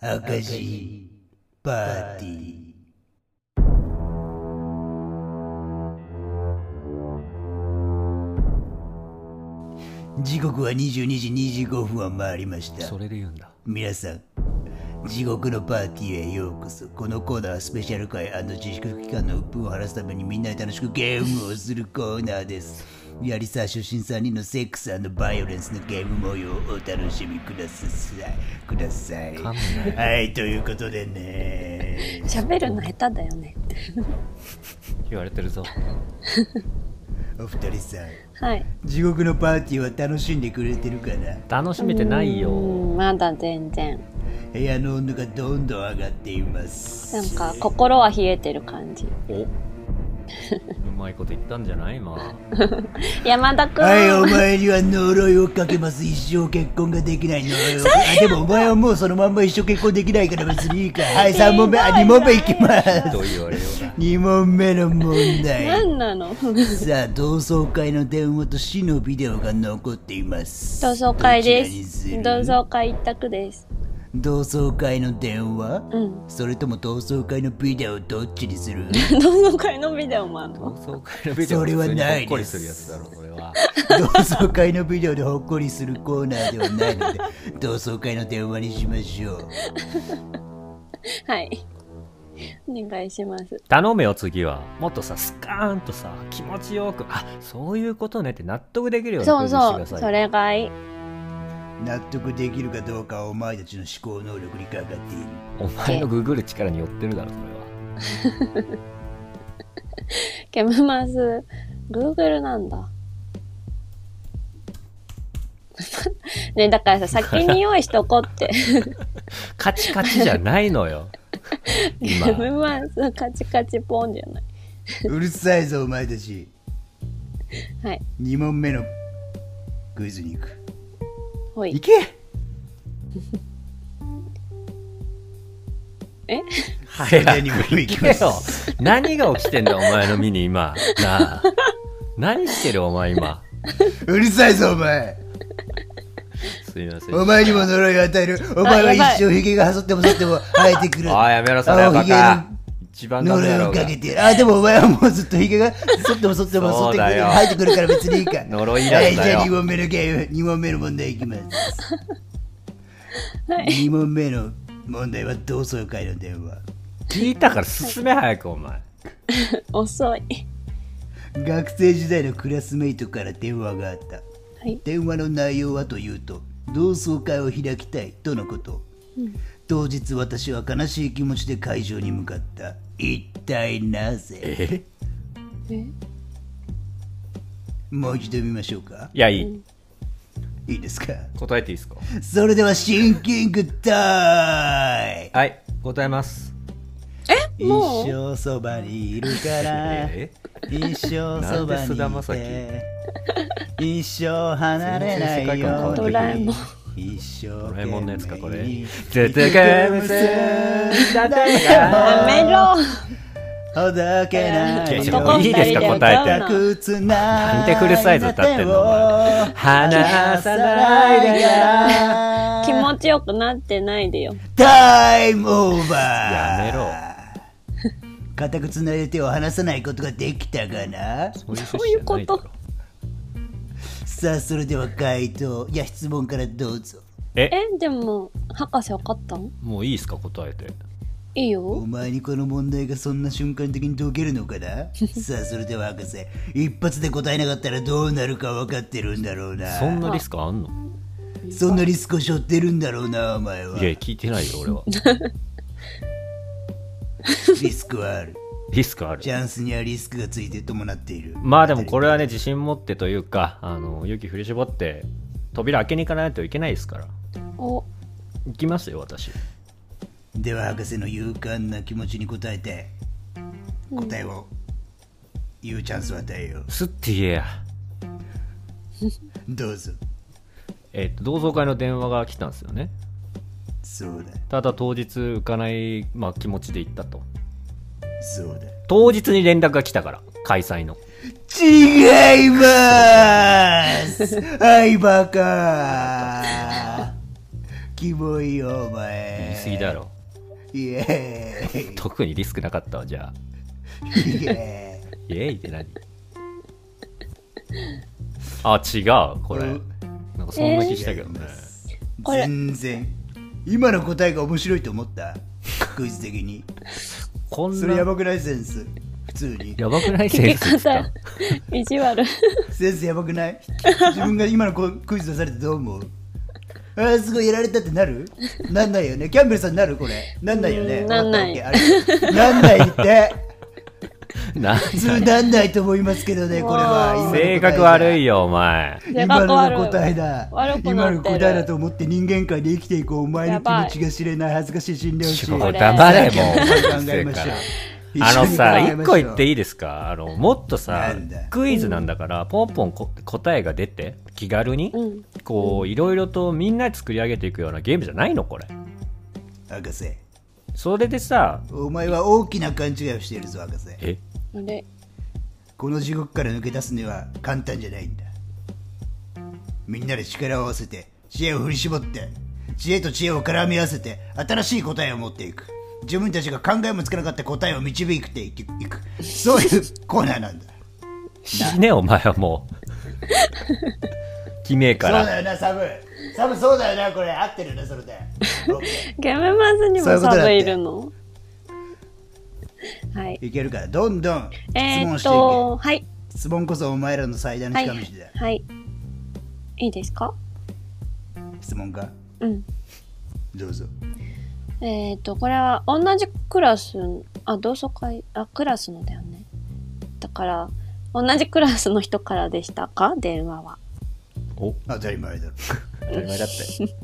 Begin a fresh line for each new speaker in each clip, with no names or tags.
明石パーティー。時刻は22時25分を回りました
それで言うんだ
皆さん地獄のパーティーへようこそこのコーナーはスペシャル会自粛期間の鬱憤を晴らすためにみんなで楽しくゲームをするコーナーですやりさ初心3人のセックスバイオレンスのゲーム模様をお楽しみくださいください
噛む
はいということでね
喋るの下手だよね。
言われてるぞ
お二人さん
はい。
地獄のパーティーは楽しんでくれてるかな
楽しめてないよ
うんまだ全然。
部屋の温度がどんどん上がっています
なんか心は冷えてる感じ。
おうまいこと言ったんじゃない今
山田くん、
はい、お前には呪いをかけます。一生結婚ができない呪いを。あでもお前はもうそのまんま一生結婚できないから別にいいか。はい、3問目、あ、2問目いきます。
どう言われようが
2問目の問題。
何なの
さあ、同窓会の電話と死のビデオが残っています。
同窓会で
どちら
す。
に
同
する
窓会一択です。
同窓会の電話
うん。
それとも同窓会のビデオどっちにする
同窓会のビデオもある
同
の
窓会のビデオ
それはないです
ほっこりするやつだろこれは
同窓会のビデオでほっこりするコーナーではないので、同窓会の電話にしましょう。
はい。お願いします。
頼めよ次はもっとさスカーンとさ気持ちよくあそういうことねって納得できるよう
そ
な
う
風に
そう。
してください
それがいい。
納得できるかどうかはお前たちの思考能力にかかっている
お前のググる力に寄ってるだろそれ
ケムマス、Google なんだ。 ねだからさ、先に用意しとこうって。
はカチカチじゃないの よ 今
ケムマス、カチカチポンじゃない。
うるさいぞお前たち
はい。
2問目のクイズに行く
ほい
い。け
え
早く
にも行
行けよ何が起きてんだお前の身に今なあ何してるお前今
うるさいぞお前
すいません
お前にも呪いを与えるお前は
あやばい
一生ヒゲがはそっても剃っても生えてくる
ああやめろそれはバカ一番ダメ
呪
だ
い
ろ
を
う
か
が
けてあでもお前はもうずっとヒゲが剃っても剃っても剃ってく
そうだ
る
よ
生えてくるから別にいいか
呪いなんだよ
はいじゃあ2問目のゲーム2問目の問題いきます
はい
2問目の問題は同窓会の電話
聞いたから進め早くお前
遅い。
学生時代のクラスメイトから電話があった
はい。
電話の内容はというと同窓会を開きたいとのこと、当日私は悲しい気持ちで会場に向かった一体なぜ
え
え
もう一度見ましょうか
いやいい
いいですか
答えていいですか
それではシンキングタイ
はい答えます
ム
もう
一生そばにいるから
え
一生そば
なん
に
で
い
菅
て一生離れないよう
ド
に
ラえもん。
一生
ドラ
懸
え
命
もんのやつかこれ
に
絶対ゲームセンだって
やめろ
ほどけない
いや男
いいですか答えて
てなん
て古臭いぞ歌ってんのお前離さないで
気持ちよくなってないでよ。
タイムオーバー
やめろ
固くつないで手を離さないことができたかな
そういう趣旨じゃないだろ
そういうこと
さあそれでは回答いや質問からどうぞ
え
え、でも、博士わかったん
もういいですか答えて
いい
お
よ。
前にこの問題がそんな瞬間的に解けるのかなさあそれでは博士一発で答えなかったらどうなるか分かってるんだろうな
そんなリスクあんの
そんなリスクを背負ってるんだろうなお前はい
や聞いてないよ俺 は
リスクはある
リスクある
チャンスにはリスクがついて伴っている。
まあでもこれはね自信持ってというかあの勇気振り絞って扉開けに行かないといけないですから
お、
行きますよ私
では博士の勇敢な気持ちに応えて、答えを言うチャンスを与えよう。
すって言えや
どうぞ。
えっと同窓会の電話が来たんですよね
そうだ、
ただ当日浮かない、まあ、気持ちで行ったと
そうだ。
当日に連絡が来たから開催の
違いますはい、バカキモいよ、お前。
すぎだろ
イエーイ
特にリスクなかったわじゃあ
イエーイ
イエーイって何あ違うこれなんかそんな気したけどね、
これ
全然今の答えが面白いと思ったクイズ的に
こん
それや
な
ばくないセンス普通に
やばくない
聞
セン
き
スです
方
か、
意地悪。
センスやばくない自分が今のこクイズ出されてどう思うあーすごいやられたってなるなんないよねキャンベルさんなるこれなんないよね
うんなんない
終わったっけあれなんないって
なん
普通なんないと思いますけど ねこれは
もう
性格悪
い
いよお前
今の答えだ
悪く
今
なってる
の答えだと思って人間界で生きていくお前の気持ちが知れない恥ずかしい死んでほしい
ちょ
これ
黙れ
考
もう
えましょう
あのさ、
一緒に考えましょう
一個言っていいですかあの、もっとさ
なんだ、
クイズなんだから、ポンポンこ答えが出て、気軽に、
うん。
こう、いろいろとみんなで作り上げていくようなゲームじゃないのこれ。
博士
それでさ、
お前は大きな勘違いをしているぞ博士
え
あれ
この地獄から抜け出すには簡単じゃないんだみんなで力を合わせて知恵を振り絞って知恵と知恵を絡み合わせて新しい答えを持っていく自分たちが考えもつかなかった答えを導いていくそういうコーナーなんだ
死ね、お前はもう。決めえか
そう
ら。
だよなサブサブそうだよなこれ合ってるなそれ で OK
ゲームマズに
そういう
も
ことだって
サブいるのはい。
いけるからどんどん質
えー、
問
っ
していけ、
と、はい。
質問こそお前らの最大の
はい
近道だ、。
はい。いいですか
質問か
うん。
どうぞ
えー、っと、これは同じクラス、あ、同窓会、あ、クラスのだよね。だから、同じクラスの人からでしたか電話は。
お、
当たり前だろ
当たり前だって。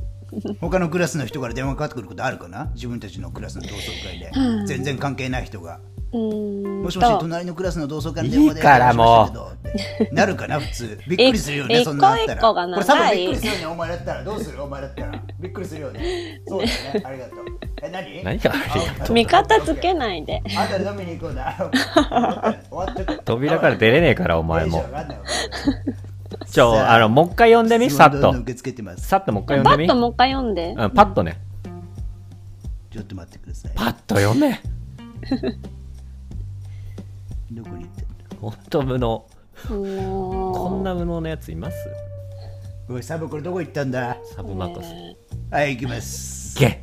他のクラスの人から電話かかってくることあるかな自分たちのクラスの同窓会で
うん
全然関係ない人が
うーん。
もしもし
と
隣のクラスの同窓会の電話で
いいからもう
うなるかな普通びっくりするよね
い
そんなあったら
一個一個が
こ
長い
れ多分びっくりするよねお前だったらどうするお前だったらびっくりするよねそうだよねありがとうえ何
何がありが
味方つけ
い
ないで。
あんたで飲みに行こう な終わったよ
扉から出れねえから、お前も
テンション上。がんないわ
ちょ、あの、もう一回呼んでみ、
質
さ
問
っ
どん
と
どん。受け付けてます
さっともう一回呼
パ
んで
ッ
み。
と
うん
もう一回読んで。
パッとね。
ちょっと待ってください
パッと読め。
どこに行ってんだ
ほんと無能。
もう
こんな無能なやついます
おいサブこれどこ行ったんだ
サブマコス。
ね
はい行きます
ゲ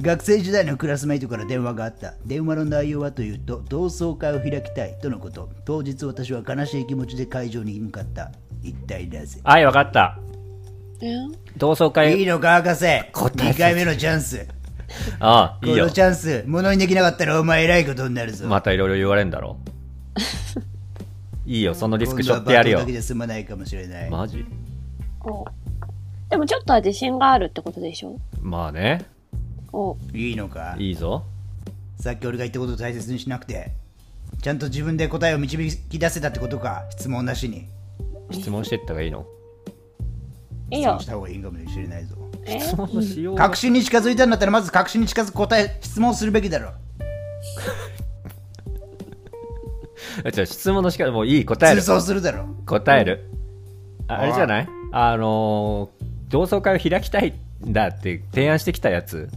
学生時代のクラスメイトから電話があった電話の内容はというと同窓会を開きたいとのこと当日私は悲しい気持ちで会場に向かった一体なぜ
はい、わかった。
え
同窓
いい
会。
のか博士
答え
2回目のチャンス
ああ、いい
こ
よ
の。チャンスものにできなかったらお前偉いことになるぞ、
またいろいろ言われんだろ。いいよ、そのリスク
今度
背
は
負ってやるよ
バトンだけ。じゃ済まないかもしれない、
マジ
おでもちょっとは自信があるってことでしょ
まあね。
お
いいのか
いいぞ。
さっき俺が言ったことを大切にしなくてちゃんと自分で答えを導き出せたってことか質問なしに
質問してった方がいいの。
いい
質
よ
問した方がいいかもしれないぞ
え
質問のしようが
確信に近づいたんだったらまず確信に近づく答え質問するべきだろ
じゃあ質問の仕方、もういい、答え
通
る。
そうするだろ
答える。ああ
おい
れじゃないあのー、同窓会を開きたいんだって提案してきたやつ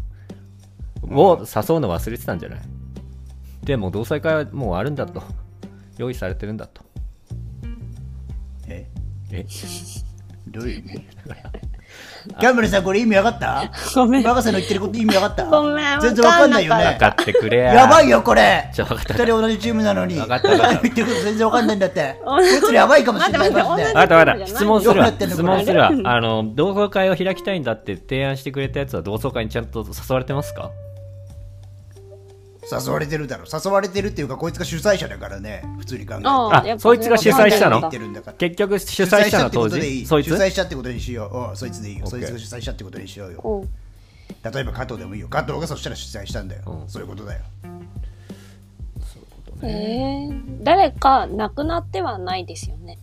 を誘うの忘れてたんじゃないでも同窓会はもうあるんだと。用意されてるんだと。
え
え
どういう意味 キャンベルさんこれ意味わかった
ごめん
博士の言ってること意味わかった
ごめん
全然わかんないよ
分
ね
かってくれや。
やばいよこれ
じゃあ分かった
二人同じチームなのに
わかったわかっ た
言ってること全然わかんないんだってこ
同じ
いつらやばいかもしれない
待って待っ
マ
て
ジで
わかったわかっ
同
た。
じ
質問する
よ
わ。
くやってんの
質問するわ
こ。れ
あの、同窓会を開きたいんだって提案してくれたやつは同窓会にちゃんと誘われてますか
誘われてるだろ誘われてるっていうかこいつが主催者だからね普通に考えて
お
あ
やっぱ
そいつが主催したの
言ってるんだから
結局主催者の
主っ
当
てことでい
時、
い
そいつ
主催者ってことにしようおうそいつでいいよ
OK
そいつが主催者ってことにしようよ
お
例えば加藤でもいいよ加藤がそしたら主催したんだよ、
うん
そういうことだよ
えー、誰か亡くなってはないですよね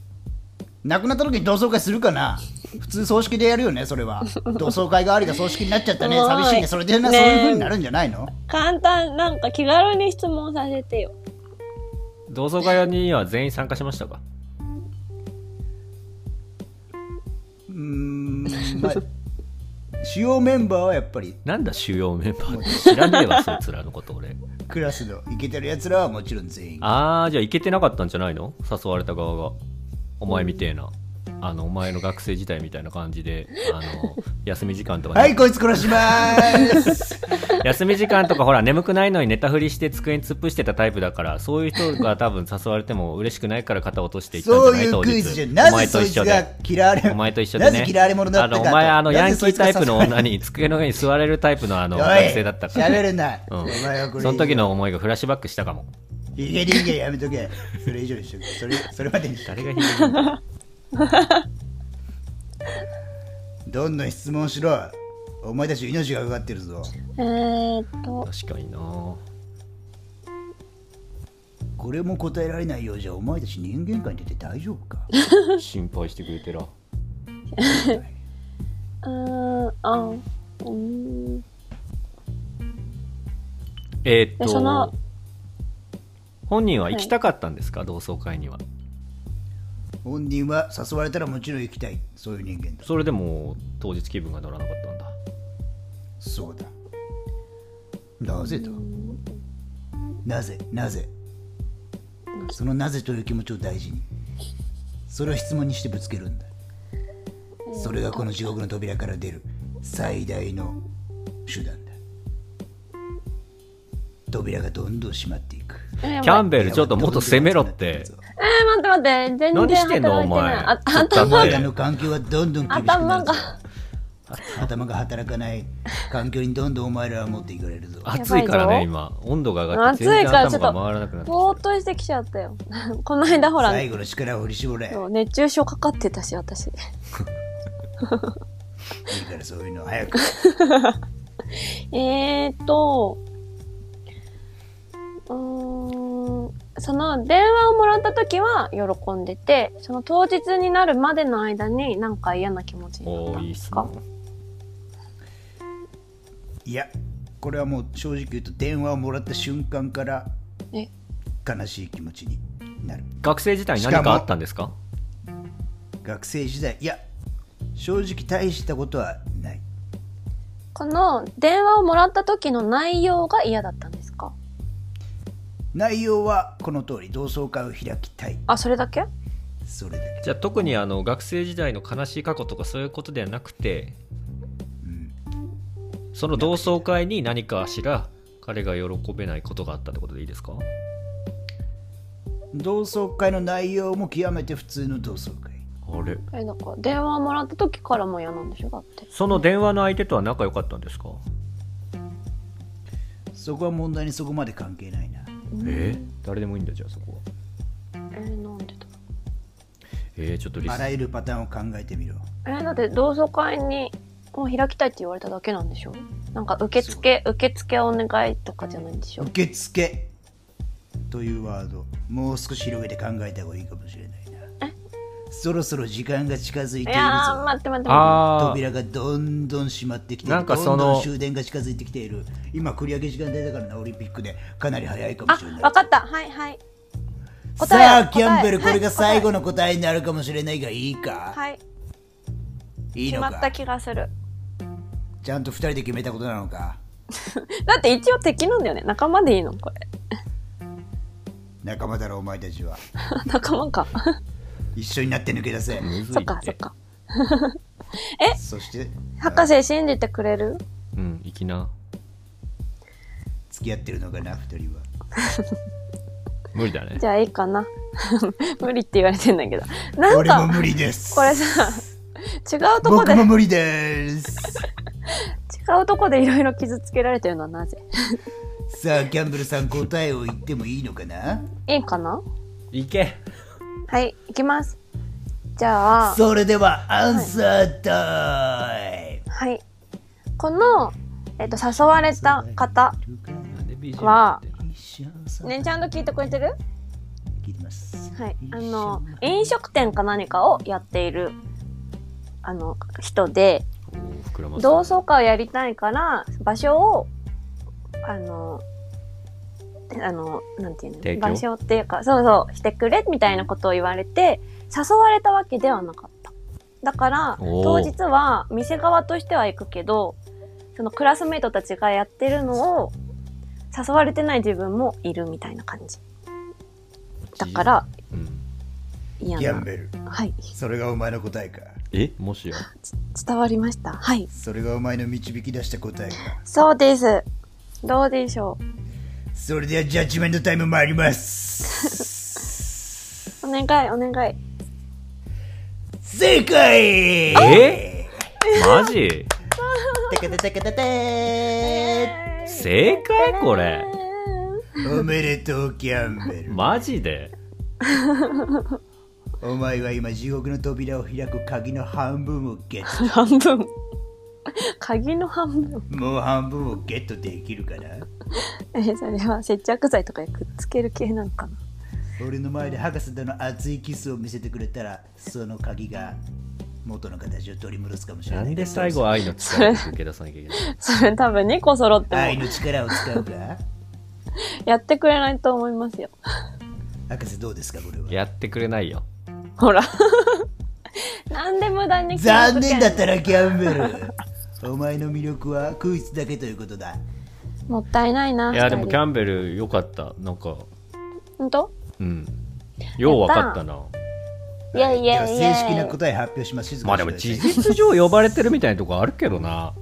亡くなった時に同窓会するかな普通葬式でやるよねそれ は同窓会がありが葬式になっちゃったね
おい
寂しいねそれでな、
ねえ
そういう風になるんじゃないの
簡単なんか気軽に質問させてよ
同窓会には全員参加しましたか
うーん、まあ、 主要メンバーはやっぱり
なんだ主要メンバーって知らねえわそいつらのこと俺
クラスのイケてるやつらはもちろん全員
あーじゃあ行けてなかったんじゃないの誘われた側がお前みてえなあのお前の学生時代みたいな感じであの休み時間とか、ね
はいこいつ殺しまー す
休み時間とかほら眠くないのに寝たふりして机に突っ伏してたタイプだからそういう人が多分誘われても嬉しくないから肩を落としていったんじ
そ
ゃ
う
ない
いう
当
クイ
日
ズじゃな
お前
ぜ
と
そいつ
一緒
が
で
嫌われ
お前と一緒でね
なぜ嫌われ者だ
あ
ったか
のお
と
前あの
な
ヤ
ぜ
ンキ
そい
ー
つが
タイプの
誘われ
女に机の上に座れるタイプのあの
おい
学生だったから
喋るな、
うん
お前はこれ
その時の思いがフラッシュバックしたか も
ヒゲ人間やめとけそれ以上にしとけそれそれまでにしとけ
誰がひどいんだ
どんどん質問しろお前たち命がかかってるぞ
えーっと、
確かにな
これも答えられないようじゃお前たち人間界に出て大丈夫か
心配してくれてら
うーん、あ、うーん。
えーっ
えそ
と
の
本人は行きたかったんですか、同窓会には
本人は誘われたらもちろん行きたいそういう人間だ
それでも当日気分が乗らなかったんだ
そうだなぜだなぜなぜそのなぜという気持ちを大事にそれを質問にしてぶつけるんだそれがこの地獄の扉から出る最大の手段だ扉がどんどん閉まっていく
えー
キャ
ま
ンベルちょっともっと攻めろって
えー待って待って、全然
何してんの
働いてない
お前
あ
ちょっと
お
頭、
前らの環境はどんどん厳しくなるぞ
頭が
頭が働かない環境にどんどんお前らは持っていかれるぞ
暑いから
やば
ね
いぞ
今温度が上がって
暑
全
い
然
からち
頭
ょっと
が回らなくなってき
ぼーっとしてきちゃったよ。 この間ほら、
最後の力を振り絞れい
そう熱中症かかってたし、私。
いからそういうの早 く
えーっと、うーん、その電話をもらった時は喜んでて、その当日になるまでの間になんか嫌な気持ち
た
にな
お
った
ーい
ん
い
で
っ
す
す
か
ね
いやこれはもう正直言うと電話をもらった瞬間から
え
悲しい気持ちになる
学生時代に何かあったんですか
学生時代いや正直大したことはない
この電話をもらった時の内容が嫌だったんですか
内容はこの通り同窓会を開きたい
あ、それだけ
それだけ
じゃあ特にあの学生時代の悲しい過去とかそういうことではなくて
うん
その同窓会に何かしら彼が喜べないことがあったってことでいいですか
同窓会の内容も極めて普通の同窓会
あれ
え、なんか電話をもらった時からも嫌なんでしょだって。
その電話の相手とは仲良かったんですか
そこは問題にそこまで関係ないな
え誰でもいいんだじゃあそこは
えー、なんでだ
えー、ちょっとリス
あらゆるパターンを考えてみろ
えーだって同窓会にを開きたいって言われただけなんでしょなんか受付受付お願いとかじゃないんでしょ
受付というワードもう少し広げて考えた方がいいかもしれないなそろそろ時間が近づい
い
ている
やー
ぞ
待って待って待
あー
扉がどんどん閉まってきている
なんかそ
ど
の
んどん終電が近づいてきている今繰り上げ時間帯だからなオリンピックでかなり早いかもしれ
って
ない
あわかったはいはい答え
さあキャンベル
答
こ
え
れが最後の答えになるかもしれないがいいか、
はい
い、い
決
の
まった
か
気がする
ちゃんと2人で決めたことなのか
だって一応敵なんだよね仲間でいいのこれ
仲間だろお前たちは
仲間か
一緒になって抜け出せ
むずい
そっかそっか
そして
博士信じてくれる
うん行きな
付き合ってるのかな2人は
無理だね
じゃあいいかな 無理って言われてんだけどなん
俺も
か
無理です
これさ違うとこ
僕
で
も無理です
違うとこでいろいろ傷つけられてるのはなぜ
さあキャンベルさん答えを言ってもいいのかない
いかな
行け
はい、行きます。じゃあ、
それではアンサータイム
はい。この、えっ、と、誘われた方、
なんで BGM
わあ
やってんの
ね、ちゃんと聞いてくれてる
聞いてます
はい。あの、飲食店か何かをやっている、あの、人で、
おー膨らます
同窓会をやりたいから、場所を、あの、あの、なんていう
提
の
供
場所っていうか、そうそう、してくれ、みたいなことを言われて、誘われたわけではなかった。だから、
おー
当日は店側としては行くけど、そのクラスメイトたちがやってるのを誘われてない自分もいるみたいな感じ。だから、
うん、
嫌
キャン
な。
ベル
はい。
それがお前の答えか
えもしや
伝わりました。はい。
それがお前の導き出した答えか
そうです。どうでしょ
それではジャッジメントタイム参ります
う。お願い、お願い。
正解
えマジ
テケテテケテテ
正解これ
おめでとうキャンベル
マジで
お前は今地獄の扉を開く鍵の半分をゲッ ト
半分。鍵の半分。
もう半分をゲットできるかな
え、それは接着剤とかにくっつける系なのかな
俺の前で博士との熱いキスを見せてくれたらその鍵が元の形を取り戻すかもしれ
な
ない
んで最後愛の力を受け出さなきゃいけない
それ多分2個揃って
愛
も
の力を使うか
やってくれないと思いますよ。
博士どうですかこれは
やってくれないよ
ほら。 なんで無駄に傷つけん
残
の
念だったなキャンベルお前の魅力はクイズだけということだ
もったいないな。
いやでも
二人
キャンベルよかったなんか
ほんと
うんようわかったな
イェイイ
では
ェイイェイ
正式な答え発表します静
まあ
か
で
に
も
し
事
てくだ
実上呼ばれてるみたいなとこあるけどな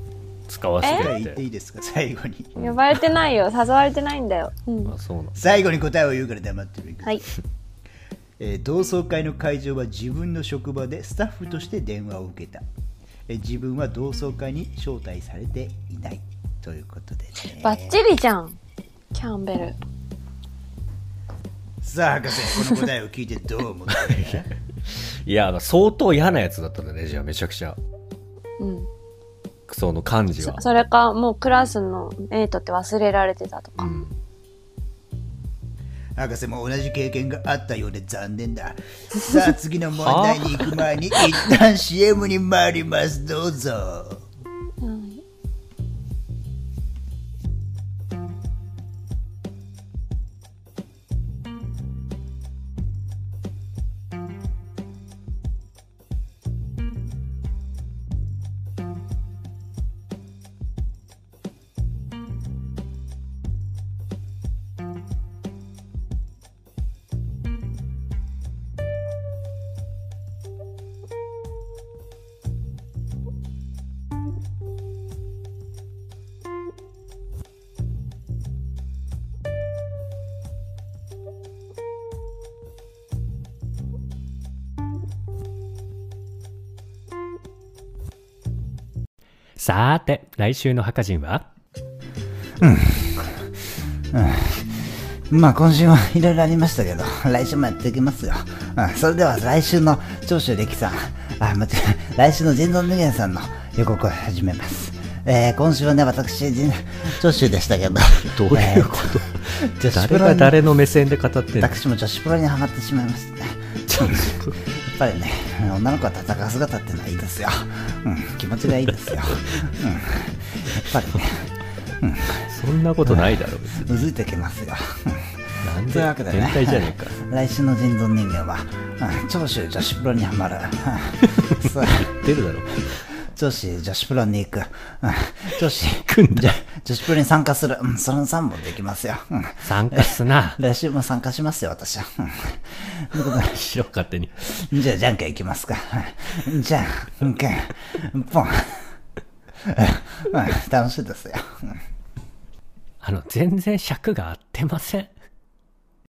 使わせ
さい
て
一回言
っ
って
て
いいですか最後に
呼ばれてないよ。誘われてないんだよ。うん。
あそうなの
最後に答えを言うから黙ってる
はい。
えー同窓会の会場は自分の職場でスタッフとして電話を受けた、えー自分は同窓会に招待されていないということで、ね、
バッチリじゃん。キャンベル。
さあ博士この答えを聞いてどう思ったかな
いや相当嫌なやつだったんだねじゃあめちゃくちゃ
うん。
その感じ
そ
は
それか、もうクラスのメイトって忘れられてたと
う
か。
ん
博士も同じ経験があったようで残念ださあ次の問題に行く前に一旦 CM に参りますどうぞ
うん
さーて来週の墓人は
まあ今週はいろいろありましたけど、 来週もやっていきますよ。うん、それでは来週の長州力さん、 あ、待って、来週の人造人間さんの予告を始めます。えー、今週はね、私、人 長州でしたけど、
どういうこと
えー女子プ
誰
ロ
が
に
誰の目線で語ってんの
私も女子プロにはまってし まいましたね。やっぱりね、女の子は戦う姿ってのはいいですよ。うん、気持ちがいいですよ。 うん、やっぱりね、
そんなことないだろ別に
うずいてきますよ。 うん
なん
というわけ
で
でね
変態じゃねえか
来週の人造人間は、うん、長州女子プロにはまる。うんそう
出るだろ
女子、女子プロに行く。うん女子、女女子プロに参加する。うん、その3本できますよ。うん
参加すな
来週も参加しますよ、私は。うんということで
しろ勝手に
じゃあ、じゃんけんいきますか。うんじゃんけん、ポン。うん楽しいですよ。うん
あの全然尺が合ってません